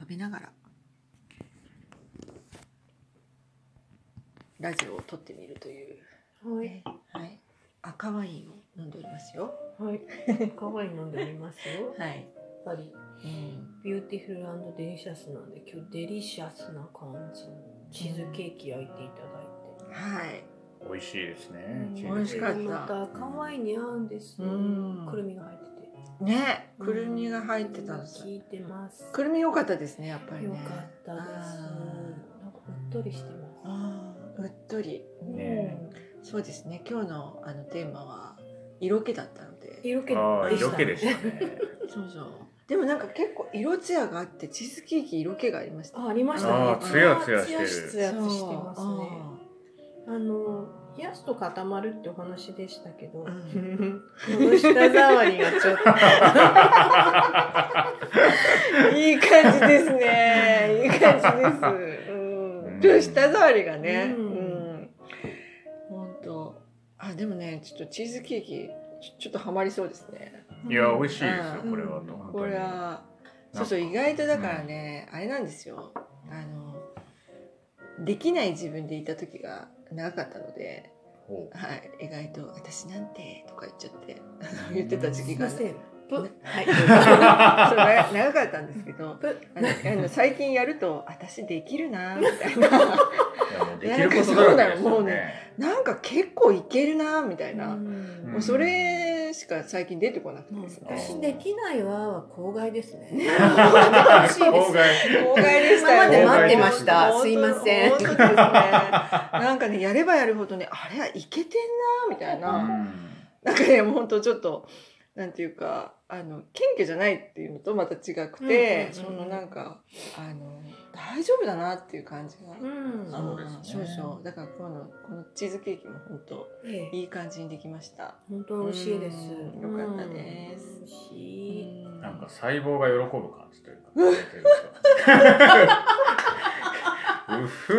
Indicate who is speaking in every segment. Speaker 1: 飲みながらラジオを撮ってみるという、
Speaker 2: はい。
Speaker 1: はい、赤ワインを飲んでおりますよ
Speaker 2: はい。可愛い飲んでおりますよ。
Speaker 1: はい、
Speaker 2: やっぱり
Speaker 1: うん、
Speaker 2: ビューティフル&デリシャスなんで、今日デリシャスな感じのチーズケーキ焼いていただいて。
Speaker 1: はい
Speaker 3: 美味しいですね
Speaker 2: うん。
Speaker 3: チーズ
Speaker 1: 美味しかった
Speaker 2: また可愛いに合うんですよ。
Speaker 1: うん
Speaker 2: くるみが入ってて。
Speaker 1: ねくるみが入ってたんです
Speaker 2: 聞いてます。
Speaker 1: くるみ良かったですねやっぱりね
Speaker 2: よかったです。なんかうっとりしてます。
Speaker 1: あーうっとり
Speaker 3: ね
Speaker 1: そうですね今日のあのテーマは色気だったので
Speaker 2: 色気
Speaker 3: ああ
Speaker 2: でした
Speaker 3: 色気でしたね。
Speaker 1: そうそうでもなんか結構色艶があってチーズケーキ色気がありました
Speaker 2: あありましたね。
Speaker 3: あーツヤツヤしてる
Speaker 2: ツヤツヤしてます
Speaker 1: そう
Speaker 2: ね。あの冷やすと固まるってお話でしたけど、
Speaker 1: う
Speaker 2: この舌触りがちょっと
Speaker 1: うんいい感じですねいい感じです、うん、ちょっと舌触りがね
Speaker 2: うん
Speaker 1: うん本当あでもねちょっとチーズケーキちょちょっとハマりそうですね
Speaker 3: いや美味しいです
Speaker 1: うん
Speaker 3: よこれは本当
Speaker 1: これ
Speaker 3: に。
Speaker 1: はそうそう意外とだからね、あれなんですよあのできない自分でいた時が長かったので、
Speaker 3: ほう
Speaker 1: はい、意外と「私なんて」とか言っちゃってあの言ってた時期が
Speaker 2: すいませんぷ
Speaker 1: はい、そう長長かったんですけど
Speaker 2: ぷ
Speaker 1: あのあの最近やると「私できるな」みたい な
Speaker 3: いやもうできることだら
Speaker 1: いやなんかそうだ
Speaker 3: けです
Speaker 1: よもう
Speaker 3: よ
Speaker 1: ね
Speaker 3: ね。
Speaker 1: なんか結構いけるなみたいな、
Speaker 2: うん
Speaker 1: もうそれしか最近出てこなくてですね。
Speaker 2: 私できないわは公害ですね。
Speaker 1: 私
Speaker 3: 妨害。
Speaker 1: 妨害でしたよ
Speaker 3: 今まで待ってま
Speaker 2: した
Speaker 1: 本当
Speaker 2: すいません
Speaker 1: 本当ですね。なんかね、やればやるほどね、あれはいけてんなみたいな。なんかね、もう本当ちょっと、なんていうか、あの、謙虚じゃないっていうのとまた違くて、
Speaker 2: うんうんうん
Speaker 1: そのなんか、あの、大丈夫だなっていう感じが。
Speaker 2: うん
Speaker 3: あそうですね
Speaker 1: んそうそうだからこのこのチーズケーキも本当
Speaker 2: ええ
Speaker 1: いい感じにできました。
Speaker 2: 本当美味しいです。
Speaker 1: うんよかったです
Speaker 2: うん美味しい。
Speaker 3: うん
Speaker 1: な
Speaker 3: なんか細胞が喜ぶ感じというか。なんていうんですかうふふ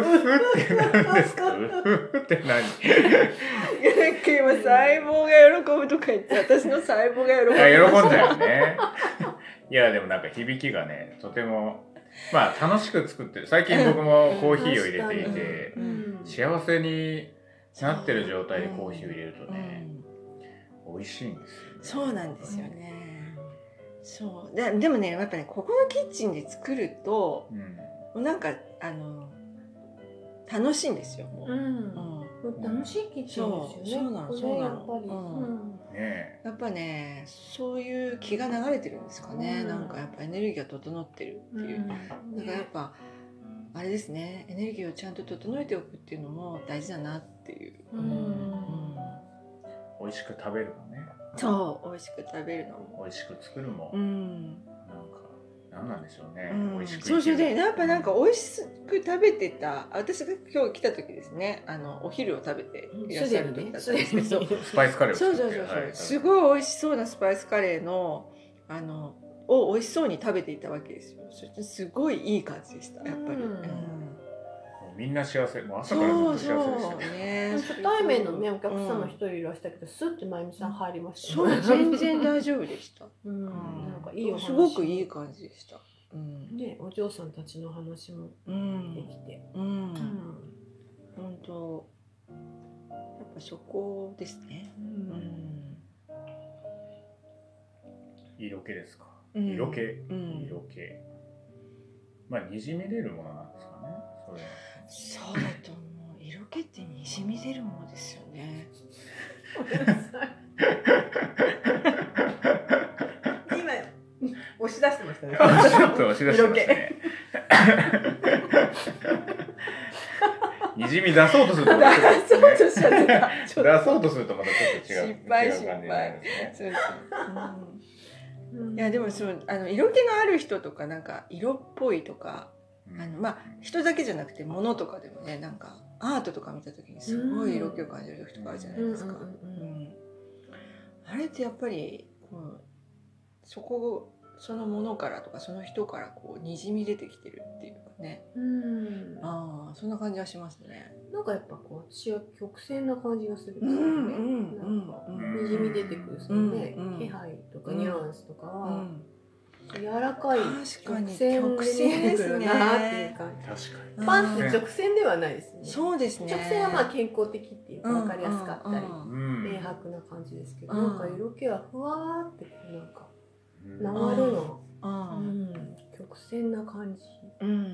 Speaker 3: って何ですか。うふふって 何。
Speaker 1: いやなんか今細胞が喜ぶとか言って私の細胞が喜ぶ。
Speaker 3: いや喜んだよね。いやでもなんか響きがねとてもまあ楽しく作ってる最近僕もコーヒーを入れていて
Speaker 1: う
Speaker 2: うんん。
Speaker 3: 幸せになってる状態でコーヒーを入れるとね、美味しいんですよ、
Speaker 1: そ
Speaker 3: ね。
Speaker 1: うなんですよね。そうででもねやっぱねここのキッチンで作ると
Speaker 3: うん。
Speaker 1: もうなんかあの楽しいんですよもう、
Speaker 2: う
Speaker 1: うん
Speaker 2: ん。楽しいキッチンですよね。
Speaker 1: そうそうなの
Speaker 2: これ
Speaker 1: そうな
Speaker 2: や
Speaker 1: の
Speaker 2: っぱり。
Speaker 1: うん
Speaker 2: うん
Speaker 3: ねえ。
Speaker 1: やっぱねそういう気が流れてるんですかね、
Speaker 2: うん
Speaker 1: なんかやっぱエネルギーが整ってるっていう、
Speaker 2: うん
Speaker 1: だからやっぱあれですねエネルギーをちゃんと整えておくっていうのも大事だなっていう、
Speaker 2: うん
Speaker 1: うん
Speaker 3: 美味しく食べるのね。
Speaker 1: そう美味しく食べるのも
Speaker 3: 美味しく作るも、
Speaker 1: うん
Speaker 3: なんか何なんでしょうね。
Speaker 1: うん
Speaker 3: 美味しく
Speaker 1: そうそうでやっぱなんか
Speaker 3: お
Speaker 1: 美味しく食べてた私が今日来た時ですねあのお昼を食べていらっしゃる時だったんですけど、
Speaker 2: すでにね
Speaker 3: スパイスカレーを
Speaker 1: そう
Speaker 3: 作
Speaker 1: そうそう
Speaker 3: って
Speaker 1: そう、
Speaker 3: はい
Speaker 1: すごい美味しそうなスパイスカレーのあのを美味しそうに食べていたわけですよそしてすごいいい感じでしたやっぱり、
Speaker 2: うん
Speaker 1: うん
Speaker 3: もうみんな幸せ。もう朝からずっ
Speaker 1: そう
Speaker 3: と幸せ
Speaker 1: そ
Speaker 3: で
Speaker 1: う
Speaker 3: したよ。
Speaker 1: ね
Speaker 2: 初対面のねお客様
Speaker 1: うん
Speaker 2: 一人いらしたけど、スッてまゆみさん入りました
Speaker 1: そう全然大丈夫でした
Speaker 2: うん、なんかいいお話
Speaker 1: すごくいい感じでしたうん
Speaker 2: ねお嬢さんたちの話も
Speaker 1: う
Speaker 2: で
Speaker 1: ん
Speaker 2: きて、
Speaker 1: うん、
Speaker 2: うん
Speaker 1: 本当やっぱそこですねうん
Speaker 3: 色気ですか。
Speaker 1: うん
Speaker 3: 色気。
Speaker 1: うん
Speaker 3: 色気。まあにじみ出るものなんですかね。それは
Speaker 1: そうだと思う色気ってにじみ出るものですよね
Speaker 2: ごめんなさい 今押し出してましたね
Speaker 3: あちょっと押し出してましたね。 にじみ出そうとするとまたちょっとね
Speaker 1: 出そうとしちゃってたちょっと
Speaker 3: 出そうとするとまたちょっと違う。
Speaker 1: 失敗
Speaker 3: 違う感じになりますね
Speaker 1: そうそう、うん、いやでもそうあの色気のある人とかなんか色っぽいとか
Speaker 3: うん
Speaker 1: あのまあ人だけじゃなくて物とかでもねなんかアートとか見た時にすごい色気を感じる時とかあるじゃないですか、
Speaker 2: うんうんうんう
Speaker 1: あれってやっぱりこうそこそのものからとかその人からこうにじみ出てきてるっていうかね
Speaker 2: うんな
Speaker 1: ああそんな感じはしますね。
Speaker 2: んかやっぱこう血は曲線な感じがするんで
Speaker 1: う
Speaker 2: す
Speaker 1: ん
Speaker 2: よね、
Speaker 1: うん
Speaker 2: な
Speaker 1: うん
Speaker 2: か
Speaker 1: ん
Speaker 2: にじみ出てくるそのね、
Speaker 1: うんうん
Speaker 2: 気配とかニュアンスとか
Speaker 1: う
Speaker 2: は、
Speaker 1: ん
Speaker 2: 柔らかい
Speaker 1: 確かに
Speaker 2: 直線で出てくるなっていう感じ
Speaker 3: 確かに
Speaker 1: うん
Speaker 2: パンって直線ではないですね
Speaker 1: そうですね
Speaker 2: 直線はまあ健康的っていうか分かりやすかったり
Speaker 1: うん
Speaker 3: うん
Speaker 2: 明白な感じですけど、
Speaker 1: うん
Speaker 2: なんか色気はふわーってこうなんか
Speaker 3: うん
Speaker 2: 流れが、
Speaker 1: う
Speaker 2: うんん、曲線な感じ、
Speaker 1: うんうん
Speaker 2: うん、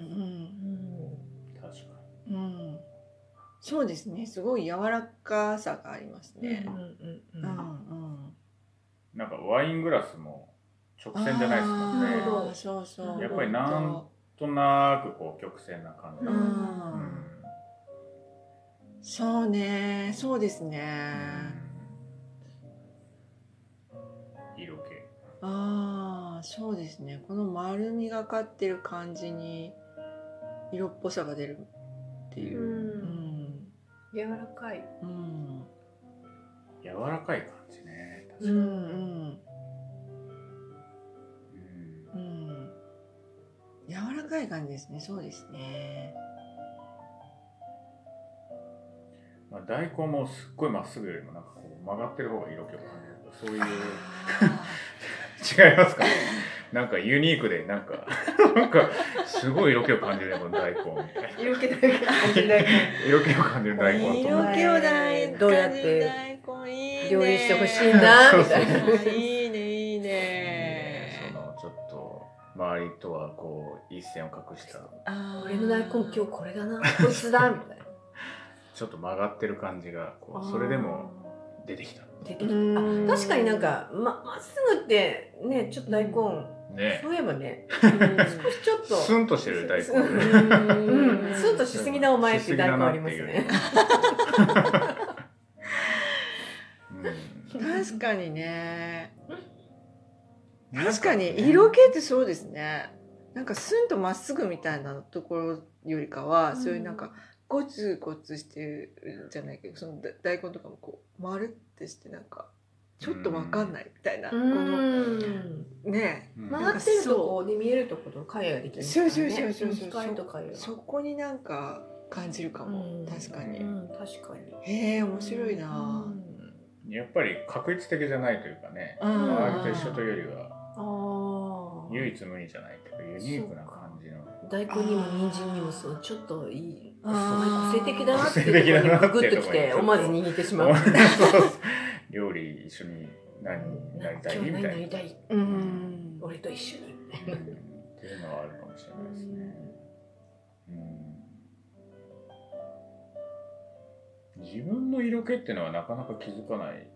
Speaker 3: 確か
Speaker 1: うんそうですねすごい柔らかさがありますね
Speaker 2: う、んう
Speaker 1: う
Speaker 2: んうん
Speaker 1: うんん、
Speaker 3: になんかワイングラスも直線じゃないですもん
Speaker 1: あー
Speaker 3: ね
Speaker 2: なるほど
Speaker 1: そうそう
Speaker 3: やっぱりなんとなくこう曲線な感
Speaker 1: う
Speaker 3: じが、うん
Speaker 1: んそうねそうですね
Speaker 3: 色気
Speaker 1: ああそうですねこの丸みがかってる感じに色っぽさが出るっていうう、うんん
Speaker 2: 柔らかい
Speaker 1: うん
Speaker 3: 柔らかい感じね確
Speaker 1: う
Speaker 3: かに、うん
Speaker 1: んうんうん柔らかい感じですねそうですね
Speaker 3: まあ、大根もすっごいまっすぐよりもなんかこう曲がってる方が色気を感 じるそういう
Speaker 1: あ
Speaker 3: 違いますかねなんかユニークでなんか なんかすごい色気を感じるねこの大根みたい
Speaker 2: 色気だけ感じない
Speaker 3: な色気を感じる大
Speaker 1: ー
Speaker 3: 根と
Speaker 1: 色
Speaker 3: か
Speaker 1: 気を大
Speaker 2: どうやっ
Speaker 1: 感
Speaker 2: て
Speaker 1: じる大根いいね
Speaker 2: 料理してほしいなみたい
Speaker 3: そう
Speaker 2: な。
Speaker 1: いいねいい
Speaker 3: ね
Speaker 1: ね
Speaker 3: そのちょっと周りとはこう一線を画した
Speaker 1: あー
Speaker 2: 俺の大根今日これだな、こいつだみたいな。
Speaker 3: ちょっと曲がってる感じがこうそれでも出てきた
Speaker 2: 出てきた
Speaker 1: うん
Speaker 2: あ確かになんかままっすぐってねちょっと大根、
Speaker 3: ね
Speaker 2: そういえばね
Speaker 1: うん
Speaker 2: 少しちょっと
Speaker 3: スンとしてる大
Speaker 2: う
Speaker 3: 根
Speaker 2: うんスンとしすぎなお前って大根あります ね
Speaker 3: うん
Speaker 1: 確かにね確かに色気ってそうですねなんかスンとまっすぐみたいなところよりかは、そういうなんかゴツゴツしてるじゃないけどそのだ大根とかもこう丸ってしてなんかちょっとわかんないみたいな、
Speaker 2: う
Speaker 1: この
Speaker 2: ん
Speaker 1: ね
Speaker 3: うん
Speaker 2: 曲がってるとこに見えるところ影ができる
Speaker 1: そうそうそうそうそう
Speaker 2: 光と影が
Speaker 1: そこになんか感じるかも、
Speaker 2: うん
Speaker 1: 確かに、
Speaker 2: うん確かに
Speaker 1: へえ面白いな
Speaker 2: う、ん
Speaker 3: やっぱり確率的じゃないというかね
Speaker 1: うん
Speaker 2: ん
Speaker 3: 周りと一緒というよりは
Speaker 2: ああ
Speaker 3: 唯一無二じゃないけどユニークな感じの
Speaker 2: 大根にも人参にもそうちょっといい
Speaker 1: あ
Speaker 2: 個
Speaker 1: ー
Speaker 2: 性的だなっていうところにグッときて思わず握ってしまう
Speaker 3: 料理一緒に何なり
Speaker 2: 今
Speaker 3: たい
Speaker 2: 日
Speaker 3: み
Speaker 2: 何
Speaker 3: た
Speaker 2: なり
Speaker 3: いな
Speaker 2: たい
Speaker 1: うん
Speaker 2: 俺と一緒に
Speaker 3: うんっていうのはあるかもしれないですね。うん自分の色気っていうのはなかなか気づかない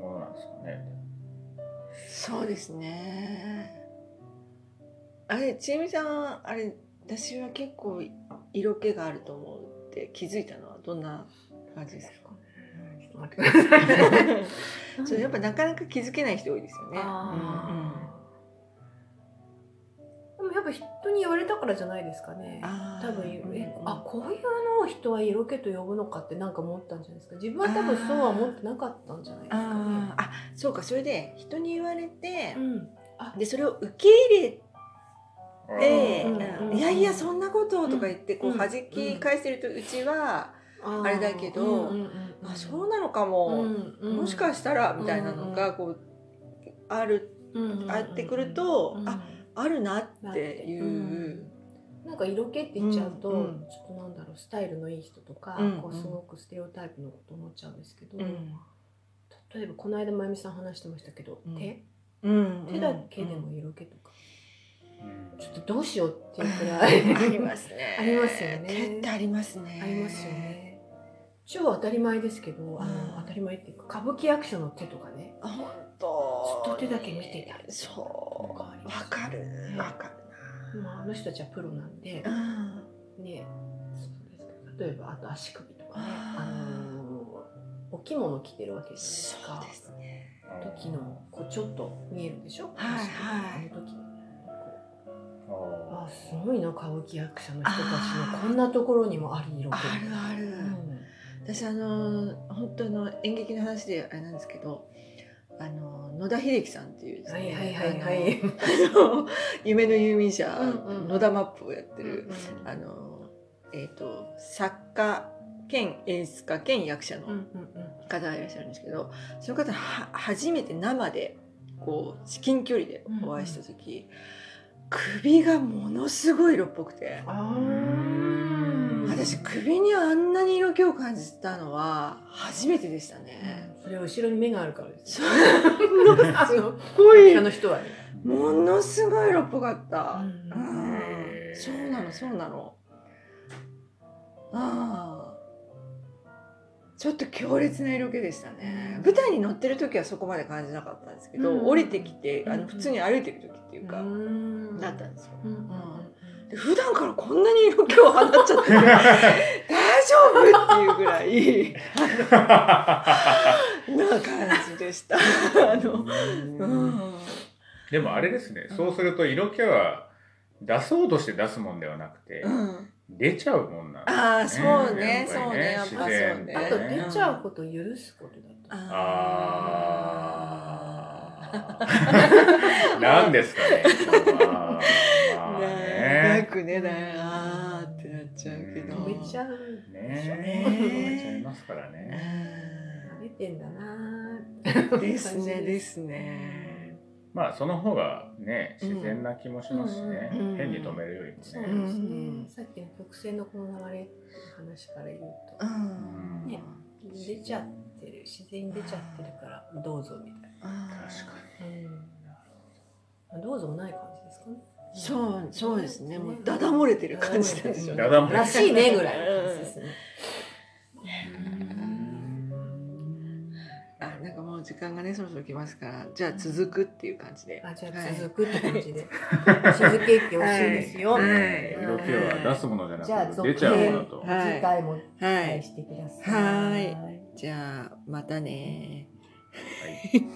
Speaker 3: ものなんですかね。
Speaker 1: そうですね。あれ、ちえみさん、あれ、私は結構色気があると思うって気づいたのはどんな感じですか。
Speaker 2: ちょっと待ってください
Speaker 1: そう、やっぱなかなか気づけない人多いですよね。
Speaker 2: あーでもやっぱ人に言われたからじゃないですかね
Speaker 1: あー
Speaker 2: 多分、
Speaker 1: うん
Speaker 2: えあこういうのを人は色気と呼ぶのかってなんか思ったんじゃないですか自分は多分そうは思ってなかったんじゃないですかね
Speaker 1: あーあ、そうか、それで人に言われて
Speaker 2: う、ん
Speaker 1: で、それを受け入れて、
Speaker 3: あ
Speaker 2: うん
Speaker 1: うんいやいや、そんなこととか言って、こ
Speaker 2: う
Speaker 1: う、
Speaker 2: ん
Speaker 1: 弾き返してると、うちは。
Speaker 2: あー
Speaker 1: あれだけど
Speaker 2: うんうんうん
Speaker 1: あ、そうなのかも。
Speaker 2: うんうん
Speaker 1: もしかしたらみたいなのがこうあるあってくるとああるなっていう、
Speaker 2: なんか色気って言っちゃうと、
Speaker 1: うんうん
Speaker 2: ちょっとなんだろうスタイルのいい人とか、
Speaker 1: うん
Speaker 2: こう
Speaker 1: うん
Speaker 2: すごくステレオタイプのこと思っちゃうんですけど、
Speaker 1: うん
Speaker 2: 例えばこの間まゆみさん話してましたけど、
Speaker 1: うん
Speaker 2: 手
Speaker 1: うん
Speaker 2: 手だけでも色気とか、
Speaker 3: うん
Speaker 2: ちょっとどうしようっていうくらい
Speaker 1: ありますね
Speaker 2: ありますよね
Speaker 1: 手ってありますね
Speaker 2: ありますよ ね超当たり前ですけどあの、
Speaker 1: うん
Speaker 2: 当たり前っていうか歌舞伎役所の手とかね
Speaker 1: あ本当
Speaker 2: ずっと手だけ見てたりと
Speaker 1: そ
Speaker 2: かあ
Speaker 1: う
Speaker 2: りま
Speaker 1: わ
Speaker 2: す
Speaker 1: かる
Speaker 2: ね
Speaker 1: わか
Speaker 2: まあ、あの人たちはプロなんで、
Speaker 1: るな
Speaker 2: ねそうですけど例えばあと足首とかね
Speaker 1: あー
Speaker 2: あのお着物着てるわけじゃないです
Speaker 1: そう
Speaker 2: か
Speaker 1: ですね
Speaker 2: 時のこうちょっと見えるでしょ
Speaker 1: はいはい
Speaker 2: 足首あの時
Speaker 3: あ
Speaker 2: あすごいな歌舞伎役者の人たちのこんなところにもあり色気
Speaker 1: あるある、私あの本当の演劇の話であれなんですけどあの野田秀樹さんっていうです
Speaker 2: は
Speaker 1: ね
Speaker 2: いはいはいはい
Speaker 1: あの夢の遊民者、
Speaker 2: うんうん
Speaker 1: 野田マップをやってる、
Speaker 2: う
Speaker 1: あのえっ、と作家兼演出家兼役者
Speaker 2: んうん
Speaker 1: の方がいらっしゃるんですけど、その方は初めて生でこう至近距離でお会いした時、首がものすごい色っぽくて
Speaker 2: あ
Speaker 3: うん
Speaker 1: 私首にあんなに色気を感じたのは初めてでしたね。
Speaker 2: それは後ろに目があるからです
Speaker 1: それ
Speaker 2: あの
Speaker 1: すごい
Speaker 2: 他の人はね
Speaker 1: も のすごい色っぽかった。
Speaker 2: うん
Speaker 1: うん
Speaker 3: へー
Speaker 1: そうなのそうなの。ああ。ちょっと強烈な色気でしたね。舞台に乗ってる時はそこまで感じなかったんですけど、
Speaker 2: うん
Speaker 1: 降りてきてあ
Speaker 2: うんう
Speaker 1: の
Speaker 2: ん
Speaker 1: 普通に歩いてる時っていうか、
Speaker 2: ん
Speaker 1: だったんですよ。
Speaker 2: うんうん
Speaker 1: で普段からこんなに色気を放っちゃって 大丈夫っていうぐらいな感じでした。あの、うん、
Speaker 3: でもあれですねそうすると色気は出そうとして出すもんではなくて、
Speaker 1: うん、
Speaker 3: 出ちゃうもんなんです
Speaker 1: ああそうね
Speaker 3: やっ
Speaker 1: そう
Speaker 3: ぱり
Speaker 1: ねやっぱそうね
Speaker 2: あと
Speaker 3: 自。然ね
Speaker 2: 出ちゃうことを許すことだった
Speaker 3: あ ー なんですかね。まあまあ
Speaker 1: ね
Speaker 3: ね
Speaker 1: くねだよなーってなっちゃうけど
Speaker 3: うん
Speaker 2: 止めちゃう
Speaker 3: ね
Speaker 1: ね
Speaker 3: 止めちゃいますからね。
Speaker 2: 食べてんだな
Speaker 1: う
Speaker 2: ー
Speaker 1: んですねですすね
Speaker 3: まあその方がね自然な気もしますしね。
Speaker 1: うんうん
Speaker 3: 変に止めるよりも
Speaker 2: そう
Speaker 3: ね。
Speaker 2: ですね、
Speaker 1: うん
Speaker 2: さっきの曲線のこの流れの話から言う
Speaker 1: う
Speaker 2: と
Speaker 1: ん
Speaker 2: ね出ちゃってる自然に出ちゃってるからどうぞみたい
Speaker 3: 確か
Speaker 2: な、うん、どうぞもない感じですかね
Speaker 1: そうそうですねもうダダ漏れてる感じなんでしょう
Speaker 3: に。
Speaker 1: ね
Speaker 3: だだも
Speaker 2: らしいねぐらいの感じですね、
Speaker 1: あなんかもう時間がねそろそろ来ますからじゃあ続くっていう感じで
Speaker 2: あじゃあ続くって感じで続けてほしいですよ、
Speaker 1: はい
Speaker 3: ね色気は出すものじゃ
Speaker 2: じゃあ
Speaker 3: なく
Speaker 2: 続
Speaker 3: て出
Speaker 2: 編
Speaker 3: ちゃうものと。
Speaker 1: はい
Speaker 2: 次回も期
Speaker 1: は
Speaker 2: 待
Speaker 1: い
Speaker 2: してくださ
Speaker 1: はい
Speaker 2: い
Speaker 1: じゃあまたねー
Speaker 3: はい